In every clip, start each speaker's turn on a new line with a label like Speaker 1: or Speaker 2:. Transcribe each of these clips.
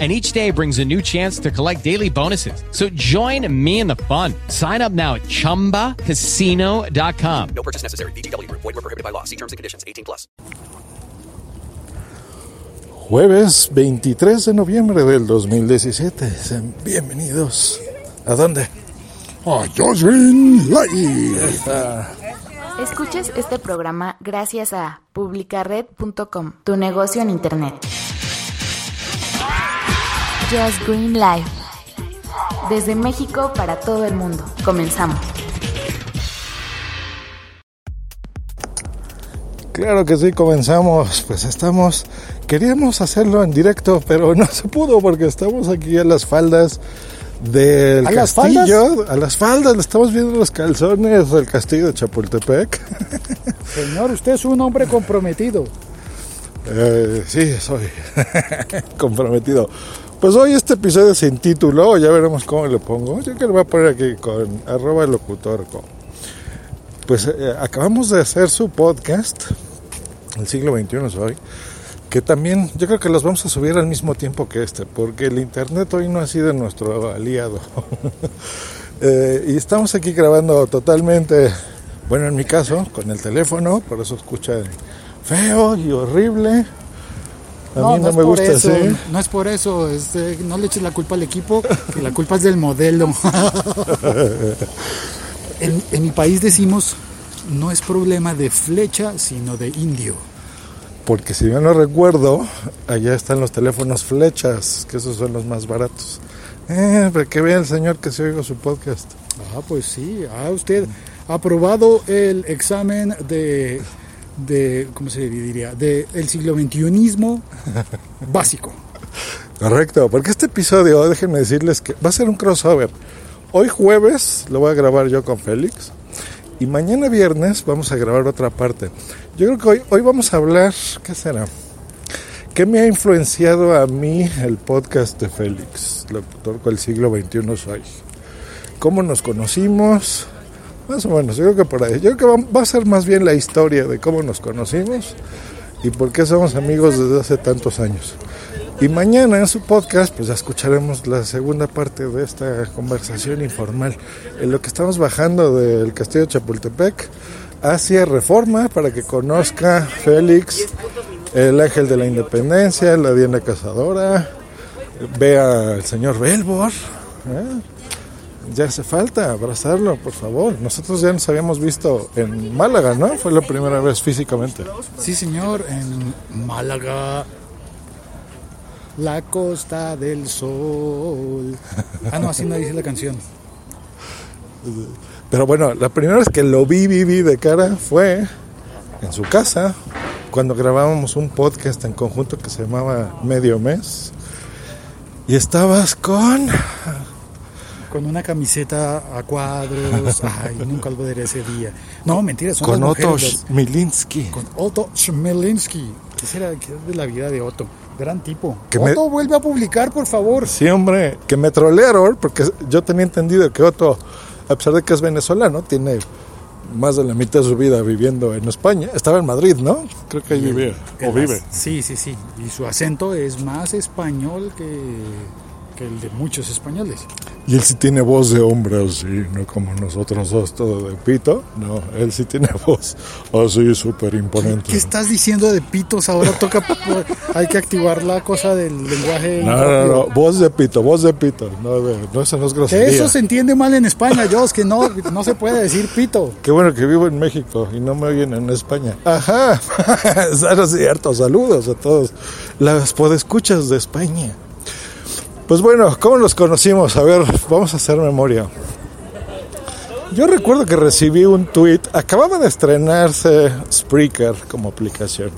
Speaker 1: and each day brings a new chance to collect daily bonuses. So join me in the fun. Sign up now at ChumbaCasino.com.
Speaker 2: No purchase necessary. BGW. Void were prohibited by law. See terms and conditions. 18 plus.
Speaker 3: Jueves 23 de noviembre del 2017. Sean Bienvenidos. ¿A dónde? A Jocelyn Live.
Speaker 4: Escuches este programa gracias a publicared.com, tu negocio en internet. Just Green Life. Desde México para todo el mundo. Comenzamos.
Speaker 3: Claro que sí, comenzamos. Pues estamos. Queríamos hacerlo en directo, pero no se pudo porque estamos aquí a las faldas del
Speaker 5: ¿A las
Speaker 3: castillo. a las faldas, le estamos viendo los calzones del castillo de Chapultepec.
Speaker 5: Señor, usted es un hombre comprometido.
Speaker 3: Eh, sí, soy comprometido. Pues hoy este episodio sin título, ya veremos cómo le pongo. Yo creo que lo voy a poner aquí con arroba locutorco. Pues eh, acabamos de hacer su podcast, el siglo XXI es hoy, que también yo creo que los vamos a subir al mismo tiempo que este, porque el internet hoy no ha sido nuestro aliado. Eh, y estamos aquí grabando totalmente, bueno, en mi caso, con el teléfono, por eso escuchan feo y horrible. A mí no,
Speaker 5: es
Speaker 3: me
Speaker 5: por
Speaker 3: gusta
Speaker 5: eso,
Speaker 3: así.
Speaker 5: No es por eso, es, eh, no le eches la culpa al equipo, que la culpa es del modelo. en, en mi país decimos, no es problema de flecha, sino de indio.
Speaker 3: Porque si yo no recuerdo, allá están los teléfonos flechas, que esos son los más baratos. Eh, para que vea el señor que se oiga su podcast.
Speaker 5: Ah, pues sí, ah, usted ha aprobado el examen de, de ¿cómo se diría? De el siglo XXIismo básico.
Speaker 3: Correcto, porque este episodio, déjenme decirles que va a ser un crossover. Hoy jueves lo voy a grabar yo con Félix y mañana viernes vamos a grabar otra parte. Yo creo que hoy, hoy vamos a hablar, ¿qué será? ¿Qué me ha influenciado a mí el podcast de Félix, locutor con el siglo XXI soy? ¿Cómo nos conocimos? Más o menos, yo creo que por ahí. Yo creo que va- va a ser más bien la historia de cómo nos conocimos y por qué somos amigos desde hace tantos años. Y mañana en su podcast, pues ya escucharemos la segunda parte de esta conversación informal, en lo que estamos bajando del Castillo de Chapultepec hacia Reforma para que conozca Félix, el Ángel de la Independencia, la Diana Cazadora, vea al señor Belbor. ¿eh? Ya hace falta abrazarlo, por favor. Nosotros ya nos habíamos visto en Málaga, ¿no? Fue la primera vez físicamente.
Speaker 5: Sí, señor, en Málaga. La costa del sol. Ah, no, así no dice la canción.
Speaker 3: Pero bueno, la primera vez que lo vi, vi, vi de cara fue en su casa, cuando grabábamos un podcast en conjunto que se llamaba Medio Mes. Y estabas con...
Speaker 5: Con una camiseta a cuadros. Ay, nunca olvidaré ese día. No, mentira, son
Speaker 3: Con
Speaker 5: las
Speaker 3: Otto
Speaker 5: mujeres, las-
Speaker 3: Milinsky.
Speaker 5: Con Otto Schmelinski. ¿Qué será qué es de la vida de Otto? Gran tipo.
Speaker 3: Que me-
Speaker 5: Otto, vuelve a publicar, por favor.
Speaker 3: Sí, hombre, que me trolearon, porque yo tenía entendido que Otto, a pesar de que es venezolano, tiene más de la mitad de su vida viviendo en España. Estaba en Madrid, ¿no? Creo que ahí vivía, o vive.
Speaker 5: Sí, sí, sí. Y su acento es más español que, que el de muchos españoles.
Speaker 3: Y él sí tiene voz de hombre así, no como nosotros dos todo de pito. No, él sí tiene voz así súper imponente.
Speaker 5: ¿Qué estás diciendo de pitos? Ahora toca. Hay que activar la cosa del lenguaje.
Speaker 3: No, no, no, voz de pito, voz de pito. No, de- no eso no es
Speaker 5: Que
Speaker 3: grosería.
Speaker 5: eso se entiende mal en España, Joss, que no, no se puede decir pito.
Speaker 3: Qué bueno que vivo en México y no me oyen en España. Ajá, eso es cierto. Saludos a todos las podescuchas de España. Pues bueno, ¿cómo los conocimos? A ver, vamos a hacer memoria. Yo recuerdo que recibí un tweet. Acababa de estrenarse Spreaker como aplicación.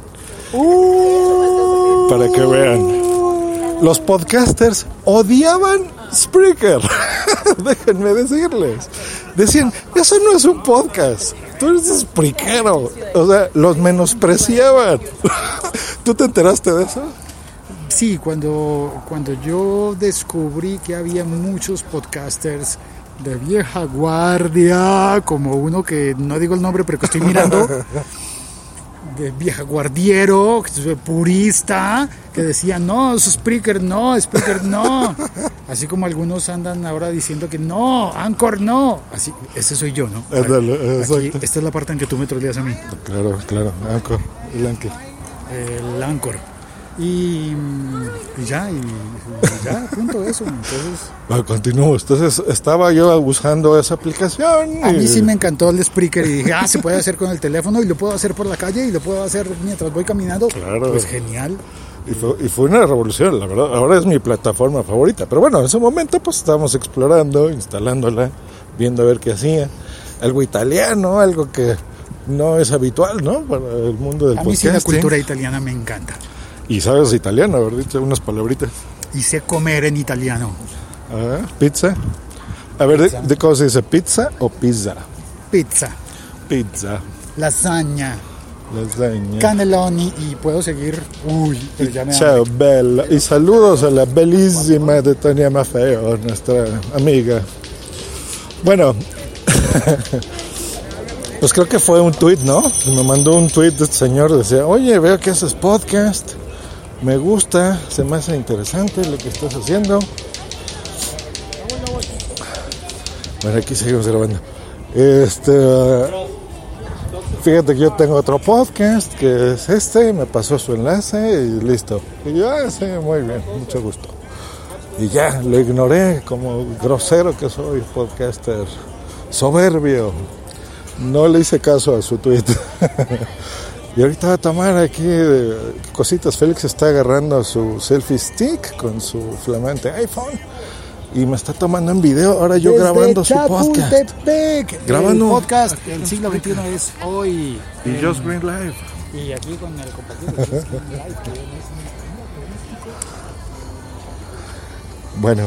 Speaker 3: Para que vean. Los podcasters odiaban Spreaker. Déjenme decirles. Decían, eso no es un podcast. Tú eres Spreakero. O sea, los menospreciaban. ¿Tú te enteraste de eso?
Speaker 5: Sí, cuando, cuando yo descubrí que había muchos podcasters de vieja guardia, como uno que no digo el nombre, pero que estoy mirando, de vieja guardiero, que es purista, que decía, no, Spreaker no, Spreaker no. Así como algunos andan ahora diciendo que no, Anchor no. Así, ese soy yo, ¿no?
Speaker 3: Ándale,
Speaker 5: Aquí,
Speaker 3: exacto.
Speaker 5: esta es la parte en que tú me troleas a mí
Speaker 3: Claro, claro. Anchor, el Anchor.
Speaker 5: el Anchor. Y, mm, y ya, y, y ya, punto eso. Entonces,
Speaker 3: Bueno, continuamos. Ah, Entonces estaba yo buscando esa aplicación.
Speaker 5: a mí
Speaker 3: y-
Speaker 5: sí me encantó el Spreaker y dije, ah, se puede hacer con el teléfono y lo puedo hacer por la calle y lo puedo hacer mientras voy caminando.
Speaker 3: Claro.
Speaker 5: Pues genial.
Speaker 3: Y fue, y fue una revolución, la verdad. Ahora es mi plataforma favorita. Pero bueno, en ese momento pues estábamos explorando, instalándola, viendo a ver qué hacía. Algo italiano, algo que no es habitual, ¿no? Para el mundo del
Speaker 5: A mí sí la
Speaker 3: podcast.
Speaker 5: cultura italiana me encanta.
Speaker 3: Y sabes italiano, ¿verdad? Dice unas palabritas.
Speaker 5: Y sé comer en italiano.
Speaker 3: Ah, pizza. A ver, ¿de, de cómo se dice? ¿Pizza o pizza?
Speaker 5: Pizza,
Speaker 3: Pizza.
Speaker 5: lasaña,
Speaker 3: Lasaña.
Speaker 5: cannelloni y puedo seguir. Uy, pero ya me da-
Speaker 3: Ciao, bella. Y saludos a la bellísima de Tania Mafeo, nuestra amiga. Bueno, pues creo que fue un tweet, ¿no? Me mandó un tweet de este señor, decía, oye, veo que haces podcast, me gusta, se me hace interesante lo que estás haciendo. Bueno, aquí seguimos grabando. Este, fíjate que yo tengo otro podcast que es este, me pasó su enlace y listo. Y yo, ah, sí, muy bien, mucho gusto. Y ya, lo ignoré como grosero que soy, podcaster soberbio. No le hice caso a su tweet. y ahorita va a tomar aquí eh, cositas. Félix está agarrando su selfie stick con su flamante iPhone. Y me está tomando en video, ahora yo
Speaker 5: Desde
Speaker 3: grabando su podcast.
Speaker 5: Chapultepec,
Speaker 3: Grabando.
Speaker 5: El podcast del siglo XXI es hoy.
Speaker 3: Y Just Green Live.
Speaker 5: Y aquí con el compañero.
Speaker 3: Bueno,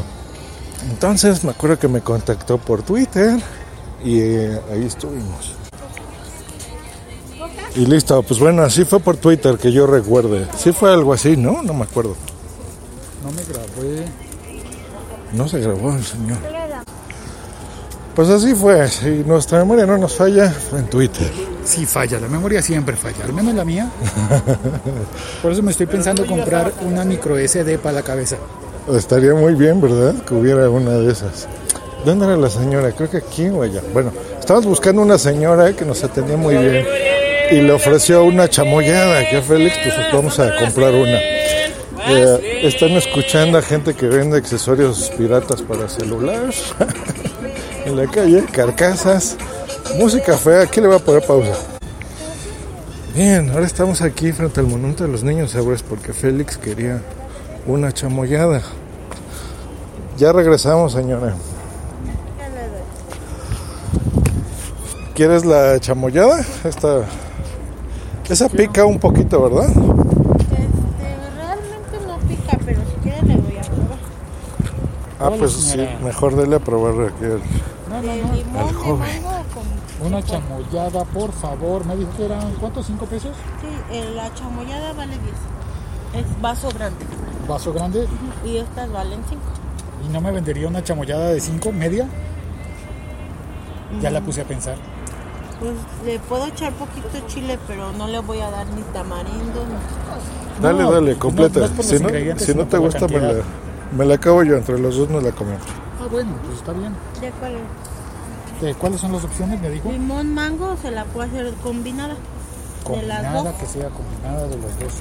Speaker 3: entonces me acuerdo que me contactó por Twitter y eh, ahí estuvimos. Y listo, pues bueno, así fue por Twitter que yo recuerde. Sí fue algo así, ¿no? No me acuerdo.
Speaker 5: No me grabé.
Speaker 3: No se grabó el señor. Pues así fue, si nuestra memoria no nos falla, fue en Twitter.
Speaker 5: Sí, falla, la memoria siempre falla, al menos la mía. Por eso me estoy pensando comprar una micro SD para la cabeza.
Speaker 3: Estaría muy bien, ¿verdad? Que hubiera una de esas. ¿Dónde era la señora? Creo que aquí o allá. Bueno, estábamos buscando una señora ¿eh? que nos atendía muy bien y le ofreció una chamoyada. Que a Félix, pues vamos a comprar una. Eh, están escuchando a gente que vende accesorios piratas para celular en la calle, carcasas, música fea. Aquí le voy a poner pausa. Bien, ahora estamos aquí frente al Monumento de los Niños Héroes porque Félix quería una chamoyada. Ya regresamos, señora. ¿Quieres la chamoyada? Esta. Esa pica un poquito, ¿verdad?
Speaker 6: Este, realmente no pica, pero si quiere le voy a probar.
Speaker 3: Ah, pues sí, mejor dele a probar aquí.
Speaker 6: De limón, de mango, con...
Speaker 5: Una chamoyada, por favor. Me dijo que eran, ¿cuántos? ¿Cinco pesos?
Speaker 6: Sí, eh, la chamoyada vale 10. Es vaso grande.
Speaker 5: Vaso grande.
Speaker 6: Y estas valen 5.
Speaker 5: ¿Y no me vendería una chamoyada de cinco, media? Ya la puse a pensar.
Speaker 6: Pues le puedo echar poquito chile, pero no le voy a dar ni tamarindo. ni-
Speaker 3: Dale,
Speaker 5: No,
Speaker 3: dale,
Speaker 5: no,
Speaker 3: completa.
Speaker 5: no es por los
Speaker 3: si, no,
Speaker 5: ingredientes,
Speaker 3: si no
Speaker 5: sino
Speaker 3: te
Speaker 5: por la
Speaker 3: gusta, me la,
Speaker 5: cantidad.
Speaker 3: me la acabo yo. Entre los dos nos la comemos.
Speaker 5: Ah, bueno, pues está bien.
Speaker 6: ¿De cuál es?
Speaker 5: Eh, ¿Cuáles son las opciones? Me dijo.
Speaker 6: Limón, mango, se la puedo hacer combinada. De las
Speaker 5: Combinada,
Speaker 6: dos.
Speaker 5: que sea combinada de los dos.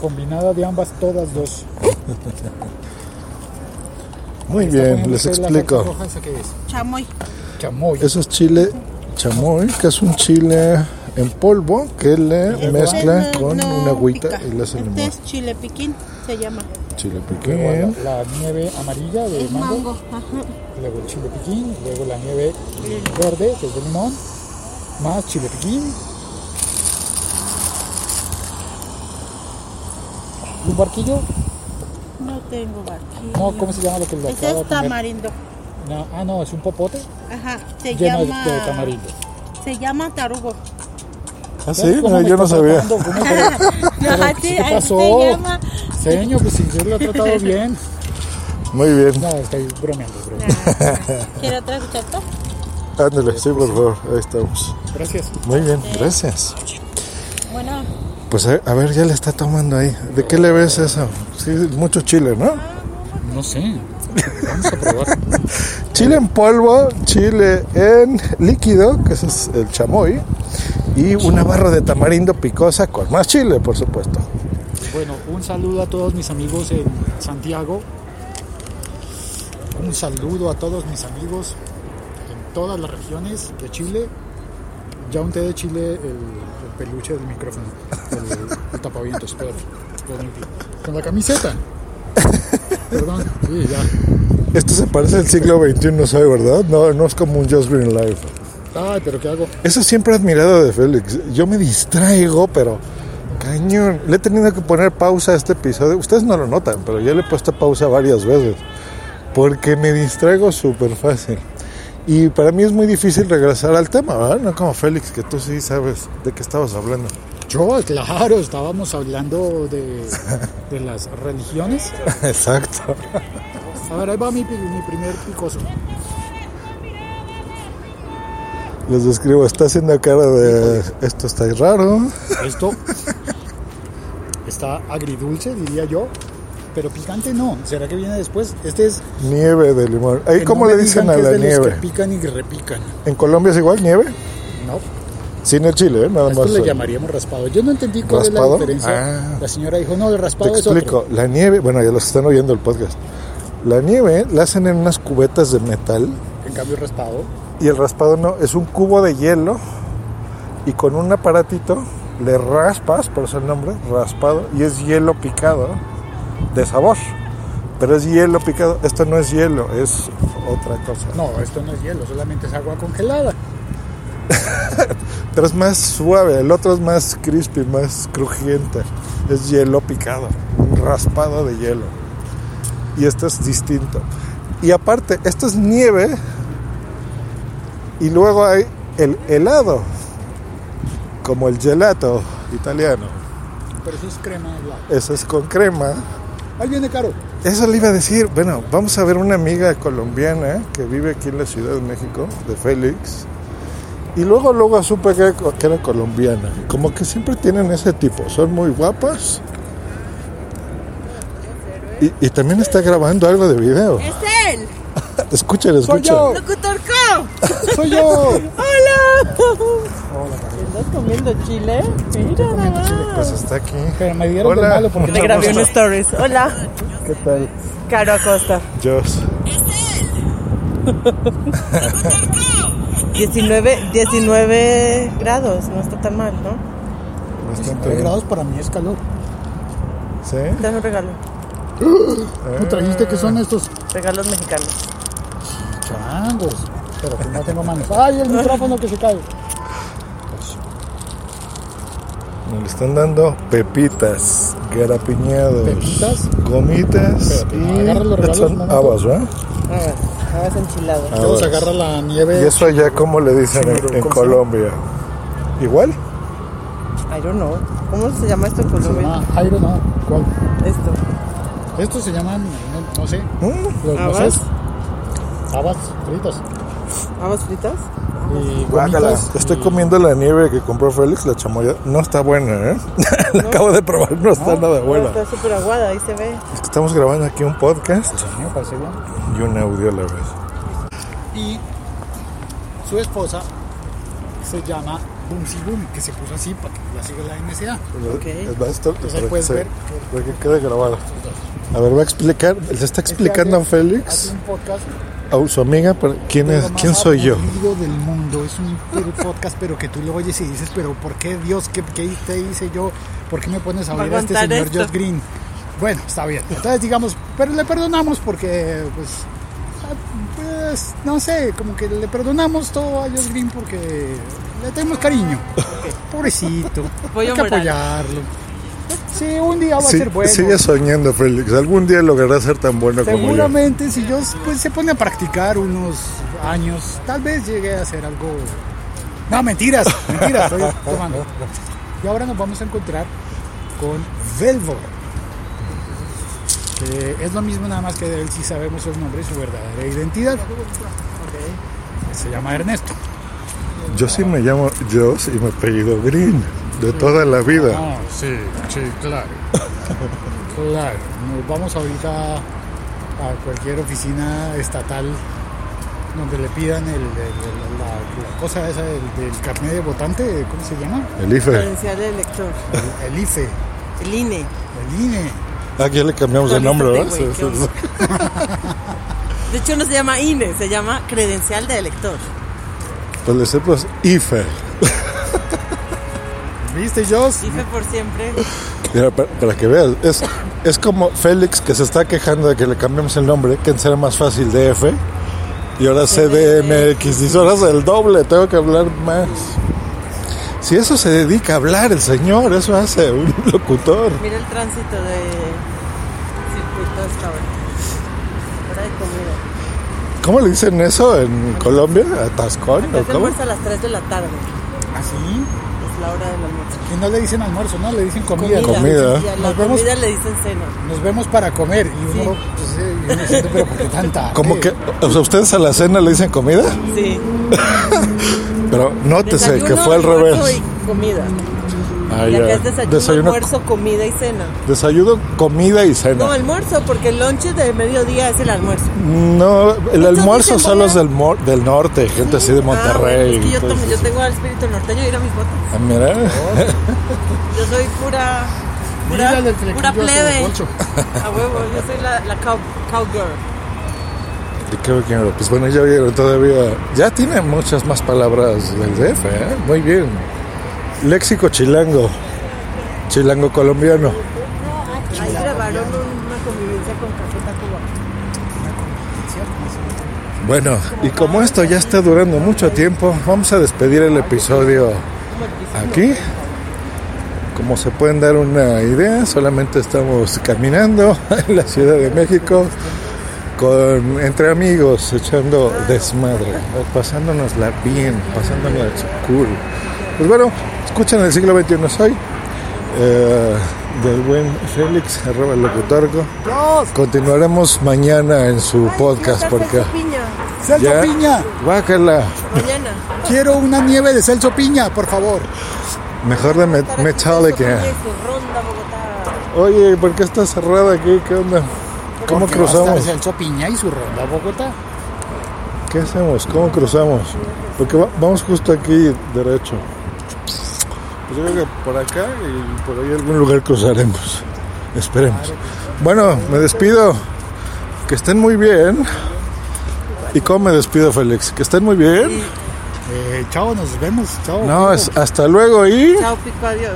Speaker 5: Combinada de ambas, todas dos.
Speaker 3: Muy
Speaker 5: Está
Speaker 3: bien,
Speaker 5: poniendo
Speaker 3: les
Speaker 5: usted la salsa
Speaker 3: explico.
Speaker 5: roja, ¿esa qué es?
Speaker 6: Chamoy.
Speaker 5: Chamoy.
Speaker 3: Eso es chile chamoy, que es un chile en polvo que le mezcla
Speaker 6: Este
Speaker 3: con
Speaker 6: no
Speaker 3: una agüita
Speaker 6: pica.
Speaker 3: y le hace
Speaker 6: Este
Speaker 3: limón.
Speaker 6: es chile piquín, se llama.
Speaker 3: Chile
Speaker 5: Luego
Speaker 3: piquín.
Speaker 5: la, la nieve amarilla de
Speaker 6: Es
Speaker 5: mango,
Speaker 6: mango. Ajá.
Speaker 5: luego el chile piquín, luego la nieve verde que es de limón, más chile piquín. ¿Un barquillo?
Speaker 6: No tengo barquillo.
Speaker 5: No, ¿cómo se llama lo que lo
Speaker 6: Ese
Speaker 5: acaba de
Speaker 6: es
Speaker 5: comer?
Speaker 6: tamarindo.
Speaker 5: No, ah, no, es un popote
Speaker 6: Ajá, se
Speaker 5: lleno
Speaker 6: llama.
Speaker 5: de tamarindo.
Speaker 6: Se llama tarugo.
Speaker 3: Ah, sí,
Speaker 5: ¿Cómo
Speaker 3: no,
Speaker 5: me
Speaker 3: yo no
Speaker 5: está
Speaker 3: sabía.
Speaker 5: tratando? ¿Cómo me-
Speaker 6: No,
Speaker 5: Pero,
Speaker 6: así,
Speaker 5: ¿qué
Speaker 6: así
Speaker 5: pasó?
Speaker 6: se llama.
Speaker 5: Señor, pues si yo lo he tratado bien.
Speaker 3: Muy bien.
Speaker 5: No, estoy bromeando, bromeando.
Speaker 6: ¿Quiere otra cuchara?
Speaker 3: Ándale, sí, por favor. Ahí estamos.
Speaker 5: Gracias.
Speaker 3: Muy bien, gracias.
Speaker 6: Bueno,
Speaker 3: Pues a, a ver, ya le está tomando ahí. ¿De qué le ves eso? Sí, mucho chile, ¿no?
Speaker 5: No sé. Vamos a probar.
Speaker 3: Chile en polvo, chile en líquido, que ese es el chamoy, y una barra de tamarindo picosa con más chile, por supuesto.
Speaker 5: Bueno, un saludo a todos mis amigos en Santiago. Un saludo a todos mis amigos en todas las regiones de Chile. Ya unté de Chile el, el peluche del micrófono, el, el tapavientos, espérate, lo metí. Con la camiseta. Perdón, sí, ya.
Speaker 3: Esto se parece al siglo XXI, soy, ¿verdad? No, no es como un Just Green Life.
Speaker 5: Ay, pero ¿qué hago?
Speaker 3: Eso siempre he admirado de Félix. Yo me distraigo, pero cañón. Le he tenido que poner pausa a este episodio. Ustedes no lo notan, pero yo le he puesto pausa varias veces. Porque me distraigo súper fácil. Y para mí es muy difícil regresar al tema, ¿verdad? No como Félix, que tú sí sabes de qué estabas hablando.
Speaker 5: Yo, claro, estábamos hablando de, de las religiones.
Speaker 3: Exacto.
Speaker 5: A ver, ahí va mi, pi- mi primer picoso.
Speaker 3: Les describo, está haciendo cara de esto está ahí raro.
Speaker 5: Esto está agridulce, diría yo, pero picante no. ¿Será que viene después? Este es.
Speaker 3: Nieve de limón. Ahí
Speaker 5: que
Speaker 3: cómo
Speaker 5: no
Speaker 3: le
Speaker 5: me
Speaker 3: dicen
Speaker 5: digan
Speaker 3: a
Speaker 5: que
Speaker 3: la
Speaker 5: es de los
Speaker 3: nieve.
Speaker 5: que pican y repican.
Speaker 3: En Colombia es igual nieve,
Speaker 5: No,
Speaker 3: sin el chile, ¿eh? nada
Speaker 5: a esto
Speaker 3: más.
Speaker 5: le llamaríamos raspado. Yo no entendí cuál es
Speaker 3: ¿Raspado?
Speaker 5: la diferencia.
Speaker 3: Ah.
Speaker 5: La señora dijo, no, el
Speaker 3: Te
Speaker 5: raspado es otro.
Speaker 3: explico, la nieve, bueno, ya los están oyendo el podcast. La nieve la hacen en unas cubetas de metal
Speaker 5: En cambio, raspado.
Speaker 3: y el raspado no, es un cubo de hielo y con un aparatito le raspas, por eso el nombre, raspado, y es hielo picado de sabor. Pero es hielo picado, esto no es hielo, es otra cosa.
Speaker 5: No, esto no es hielo, solamente es agua congelada.
Speaker 3: Pero es más suave, el otro es más crispy, más crujiente. Es hielo picado, un raspado de hielo. Y este es distinto. Y aparte, esto es nieve. Y luego hay el helado, como el gelato italiano.
Speaker 5: Pero eso es crema de helado.
Speaker 3: Eso es con crema.
Speaker 5: Ahí viene Caro.
Speaker 3: Eso le iba a decir, bueno, vamos a ver una amiga colombiana que vive aquí en la Ciudad de México, de Félix. Y luego, luego supe que, que era colombiana. Como que siempre tienen ese tipo, son muy guapas. Y, y también está grabando algo de video.
Speaker 6: es él,
Speaker 3: Escuchen,
Speaker 5: Soy
Speaker 3: escuchen.
Speaker 5: yo,
Speaker 6: locutor Co.
Speaker 5: soy yo.
Speaker 6: ¡Hola! ¿Estás comiendo chile? Mira nada más.
Speaker 3: Pues está aquí.
Speaker 5: Pero me dieron
Speaker 3: Hola.
Speaker 5: de malo porque
Speaker 6: Le
Speaker 5: no
Speaker 6: grabé
Speaker 5: me
Speaker 6: un
Speaker 5: gusta.
Speaker 6: stories. Hola,
Speaker 3: ¿Qué tal?
Speaker 6: Caro Acosta.
Speaker 3: Joss.
Speaker 6: 19, 19 grados, no está tan mal, ¿no?
Speaker 3: Bastante
Speaker 5: Tres
Speaker 3: bien.
Speaker 5: grados para mí es calor.
Speaker 3: ¿Sí?
Speaker 6: Dame un regalo.
Speaker 5: ¿Tú trajiste que
Speaker 3: Ah.
Speaker 5: son estos?
Speaker 6: Regalos mexicanos.
Speaker 5: Changos. Pero que no tengo manos. ¡Ay, el micrófono que se cae!
Speaker 3: Nos le están dando pepitas, garapiñados,
Speaker 5: ¿Pepitas?
Speaker 3: gomitas
Speaker 5: Espérate, agarra los
Speaker 3: y
Speaker 5: regalos,
Speaker 3: Eh, son
Speaker 5: momento.
Speaker 3: habas, ¿verdad?
Speaker 6: Habas, habas enchiladas.
Speaker 5: Luego se agarra la nieve.
Speaker 3: ¿Y eso allá cómo le dicen en- en,
Speaker 5: ¿Cómo se llama?
Speaker 3: Colombia? ¿Igual?
Speaker 6: I don't know. ¿Cómo se llama esto en
Speaker 5: Se
Speaker 6: Colombia?
Speaker 5: llama Ah, Jairo, no. ¿Cuál?
Speaker 6: Esto.
Speaker 5: Estos se llaman, no, no sé,
Speaker 3: ¿Mm?
Speaker 5: los
Speaker 6: ¿Habas?
Speaker 5: mozas. Habas fritas.
Speaker 6: ¿Habas fritas?
Speaker 5: Y
Speaker 3: Guácala.
Speaker 5: gomitas.
Speaker 3: Estoy comiendo la nieve que compró Félix, la chamoya. No está buena, ¿eh? la acabo de probar, no está nada
Speaker 6: Bueno,
Speaker 3: buena.
Speaker 6: está súper aguada, ahí se ve.
Speaker 3: Es que estamos grabando aquí un podcast
Speaker 5: Me parece bien.
Speaker 3: y un audio a la vez.
Speaker 5: Y su esposa se llama Bumsy Boom, que se puso así para que la siga la NSA.
Speaker 6: Ok.
Speaker 3: Es más, esto-
Speaker 5: Entonces,
Speaker 3: para que,
Speaker 5: puedes
Speaker 3: se,
Speaker 5: ver.
Speaker 3: para que quede grabado. A ver, va a explicar, le
Speaker 5: Este
Speaker 3: está explicando a
Speaker 5: hace- Hace
Speaker 3: Félix,
Speaker 5: un podcast.
Speaker 3: a su amiga, pero ¿quién,
Speaker 5: de
Speaker 3: es,
Speaker 5: Ah, lo más
Speaker 3: ¿quién soy yo?
Speaker 5: aburrido del mundo. Es un puro podcast, pero que tú lo oyes y dices, pero ¿por qué Dios? ¿Qué, qué te hice yo? ¿Por qué me pones a
Speaker 6: Va a
Speaker 5: oír a este
Speaker 6: contar
Speaker 5: señor
Speaker 6: esto.
Speaker 5: Josh Green? Bueno, está bien. Entonces digamos, pero le perdonamos porque, pues, ah, pues, no sé, como que le perdonamos todo a Josh Green porque le tenemos cariño. Pobrecito.
Speaker 6: Voy
Speaker 5: Hay
Speaker 6: a
Speaker 5: que
Speaker 6: morar.
Speaker 5: apoyarlo. Sí, un día va
Speaker 3: Sí,
Speaker 5: a ser bueno.
Speaker 3: Sigue soñando, Félix. Algún día lograrás ser tan bueno como yo.
Speaker 5: Seguramente si yo pues, se pone a practicar unos años, tal vez llegue a hacer algo... No, mentiras, mentiras, estoy tomando. Y ahora nos vamos a encontrar con Velvor. Que es lo mismo nada más que de él si sabemos el nombre y su verdadera identidad. Se llama Ernesto.
Speaker 3: Yo sí me llamo Joss y me apellido Green. De toda la vida.
Speaker 5: Ah, sí, sí, claro. claro, nos vamos ahorita a cualquier oficina estatal donde le pidan el- el- el- la, la cosa esa del, del carnet de votante, ¿cómo se llama?
Speaker 3: El IFE.
Speaker 6: Credencial del elector.
Speaker 5: El, el IFE,
Speaker 6: El E. INE.
Speaker 5: el E. INE.
Speaker 3: Aquí Ah, le cambiamos de nombre, ¿verdad?
Speaker 6: este Güey, ¿eh? qué oso. De hecho no se llama INE, se llama credencial de elector.
Speaker 3: Pues le sepas IFE.
Speaker 5: ¿Viste, Joss?
Speaker 6: IFE por siempre.
Speaker 3: Mira, para, para que veas, es, es como Félix que se está quejando de que le cambiamos el nombre, que será más fácil DF. Y ahora CDMX, dice, ahora es el doble, tengo que hablar más. Si eso se dedica a hablar el señor, eso hace un locutor.
Speaker 6: Mira el tránsito de circuito hasta ahora. Hora de comida.
Speaker 3: ¿Cómo le dicen eso en Colombia? ¿Atascón? o
Speaker 6: Acá se
Speaker 3: cómo?
Speaker 6: almuerza a las 3 de la tarde.
Speaker 5: ¿Así?
Speaker 6: Es la hora del almuerzo.
Speaker 5: ¿Ah, Y no le dicen almuerzo, no, le dicen comida.
Speaker 3: Comida.
Speaker 6: Y a la
Speaker 5: Nos vemos.
Speaker 6: comida le dicen cena.
Speaker 5: Nos vemos para comer. Y uno, pues, eh, y uno dice, pero ¿por qué tanta? eh,
Speaker 3: Como
Speaker 5: hambre?"
Speaker 3: que, o sea, ustedes a la cena le dicen comida,
Speaker 6: Sí.
Speaker 3: pero nótese Mm. que
Speaker 6: Desayuno,
Speaker 3: fue al
Speaker 6: almuerzo
Speaker 3: revés.
Speaker 6: Y comida.
Speaker 3: Ah,
Speaker 6: Y
Speaker 3: ya.
Speaker 6: acá es desayuno,
Speaker 3: Desayuno-
Speaker 6: almuerzo, comida y cena.
Speaker 3: desayuno, comida y cena.
Speaker 6: No, almuerzo, porque el lonche de mediodía es el almuerzo.
Speaker 3: No, el almuerzo
Speaker 6: dicen,
Speaker 3: son los
Speaker 6: voy a-
Speaker 3: del, mor- del norte, gente así de
Speaker 6: Ah,
Speaker 3: Monterrey.
Speaker 6: bueno, es que yo, tomo-
Speaker 3: entonces-
Speaker 6: yo tengo al espíritu norteño y ir a mis botas.
Speaker 3: Ah, mira,
Speaker 6: Yo soy pura. Pura,
Speaker 5: Mírale el flequillo
Speaker 6: pura
Speaker 5: hasta el
Speaker 6: plebe.
Speaker 5: bolso.
Speaker 6: A huevo, yo soy la, la cow, cowgirl.
Speaker 3: ¿de qué quiero? Pues bueno, ya vieron todavía. Ya tiene muchas más palabras del DF, ¿eh? Muy bien. Léxico chilango. Chilango colombiano.
Speaker 6: Ahí grabaron una convivencia con Café Tacuba.
Speaker 3: Bueno, y como esto ya está durando mucho tiempo, vamos a despedir el episodio aquí. Como se pueden dar una idea, solamente estamos caminando en la Ciudad de México con entre amigos, echando desmadre, ¿no? pasándonosla bien, pasándonos cool. Pues bueno, escuchan el siglo XXI soy. eh, del buen Félix, arroba el locutorco. Continuaremos mañana en su podcast porque
Speaker 5: Celso
Speaker 3: ya.
Speaker 5: Piña,
Speaker 3: Guácala.
Speaker 6: Mañana.
Speaker 5: quiero una nieve de Celso Piña, por favor.
Speaker 3: Mejor de me-
Speaker 6: Para
Speaker 3: Metallica.
Speaker 6: Tacuba y su ronda Bogotá.
Speaker 3: Oye, ¿por qué está cerrada aquí? ¿Qué onda? ¿Cómo
Speaker 5: Porque va a estar
Speaker 3: cruzamos?
Speaker 5: Celso Piña y su ronda Bogotá.
Speaker 3: ¿Qué hacemos? ¿Cómo cruzamos? Porque va- vamos justo aquí derecho. Pues yo creo que por acá y por ahí algún lugar cruzaremos. Esperemos. Bueno, me despido. Que estén muy bien. ¿Y cómo me despido, Félix? Que estén muy bien.
Speaker 5: Eh, chao, nos vemos. Chao.
Speaker 3: No, es- hasta luego y...
Speaker 6: Chao, pico, adiós.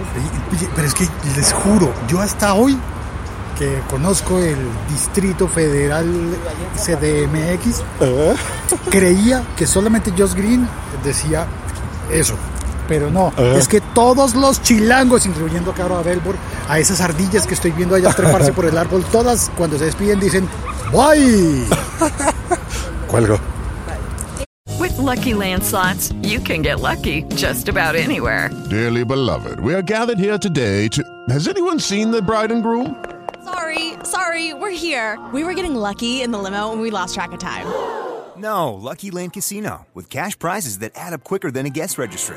Speaker 5: Y- oye, pero es que les juro, yo hasta hoy que conozco el Distrito Federal CDMX,
Speaker 3: ¿Eh?
Speaker 5: creía que solamente Josh Green decía eso. Pero no,
Speaker 3: Ajá.
Speaker 5: es que todos los chilangos, incluyendo a Caro Abelbor, a esas ardillas que estoy viendo allá treparse por el árbol, todas cuando se despiden dicen ¡Bye!
Speaker 3: Cuelgo.
Speaker 7: With Lucky Land slots, you can get lucky just about anywhere.
Speaker 8: Dearly beloved, we are gathered here today to. Has anyone seen the bride and groom?
Speaker 9: Sorry, sorry, we're here. We were getting lucky in the limo and we lost track of time.
Speaker 10: No, Lucky Land Casino, with cash prizes that add up quicker than a guest registry.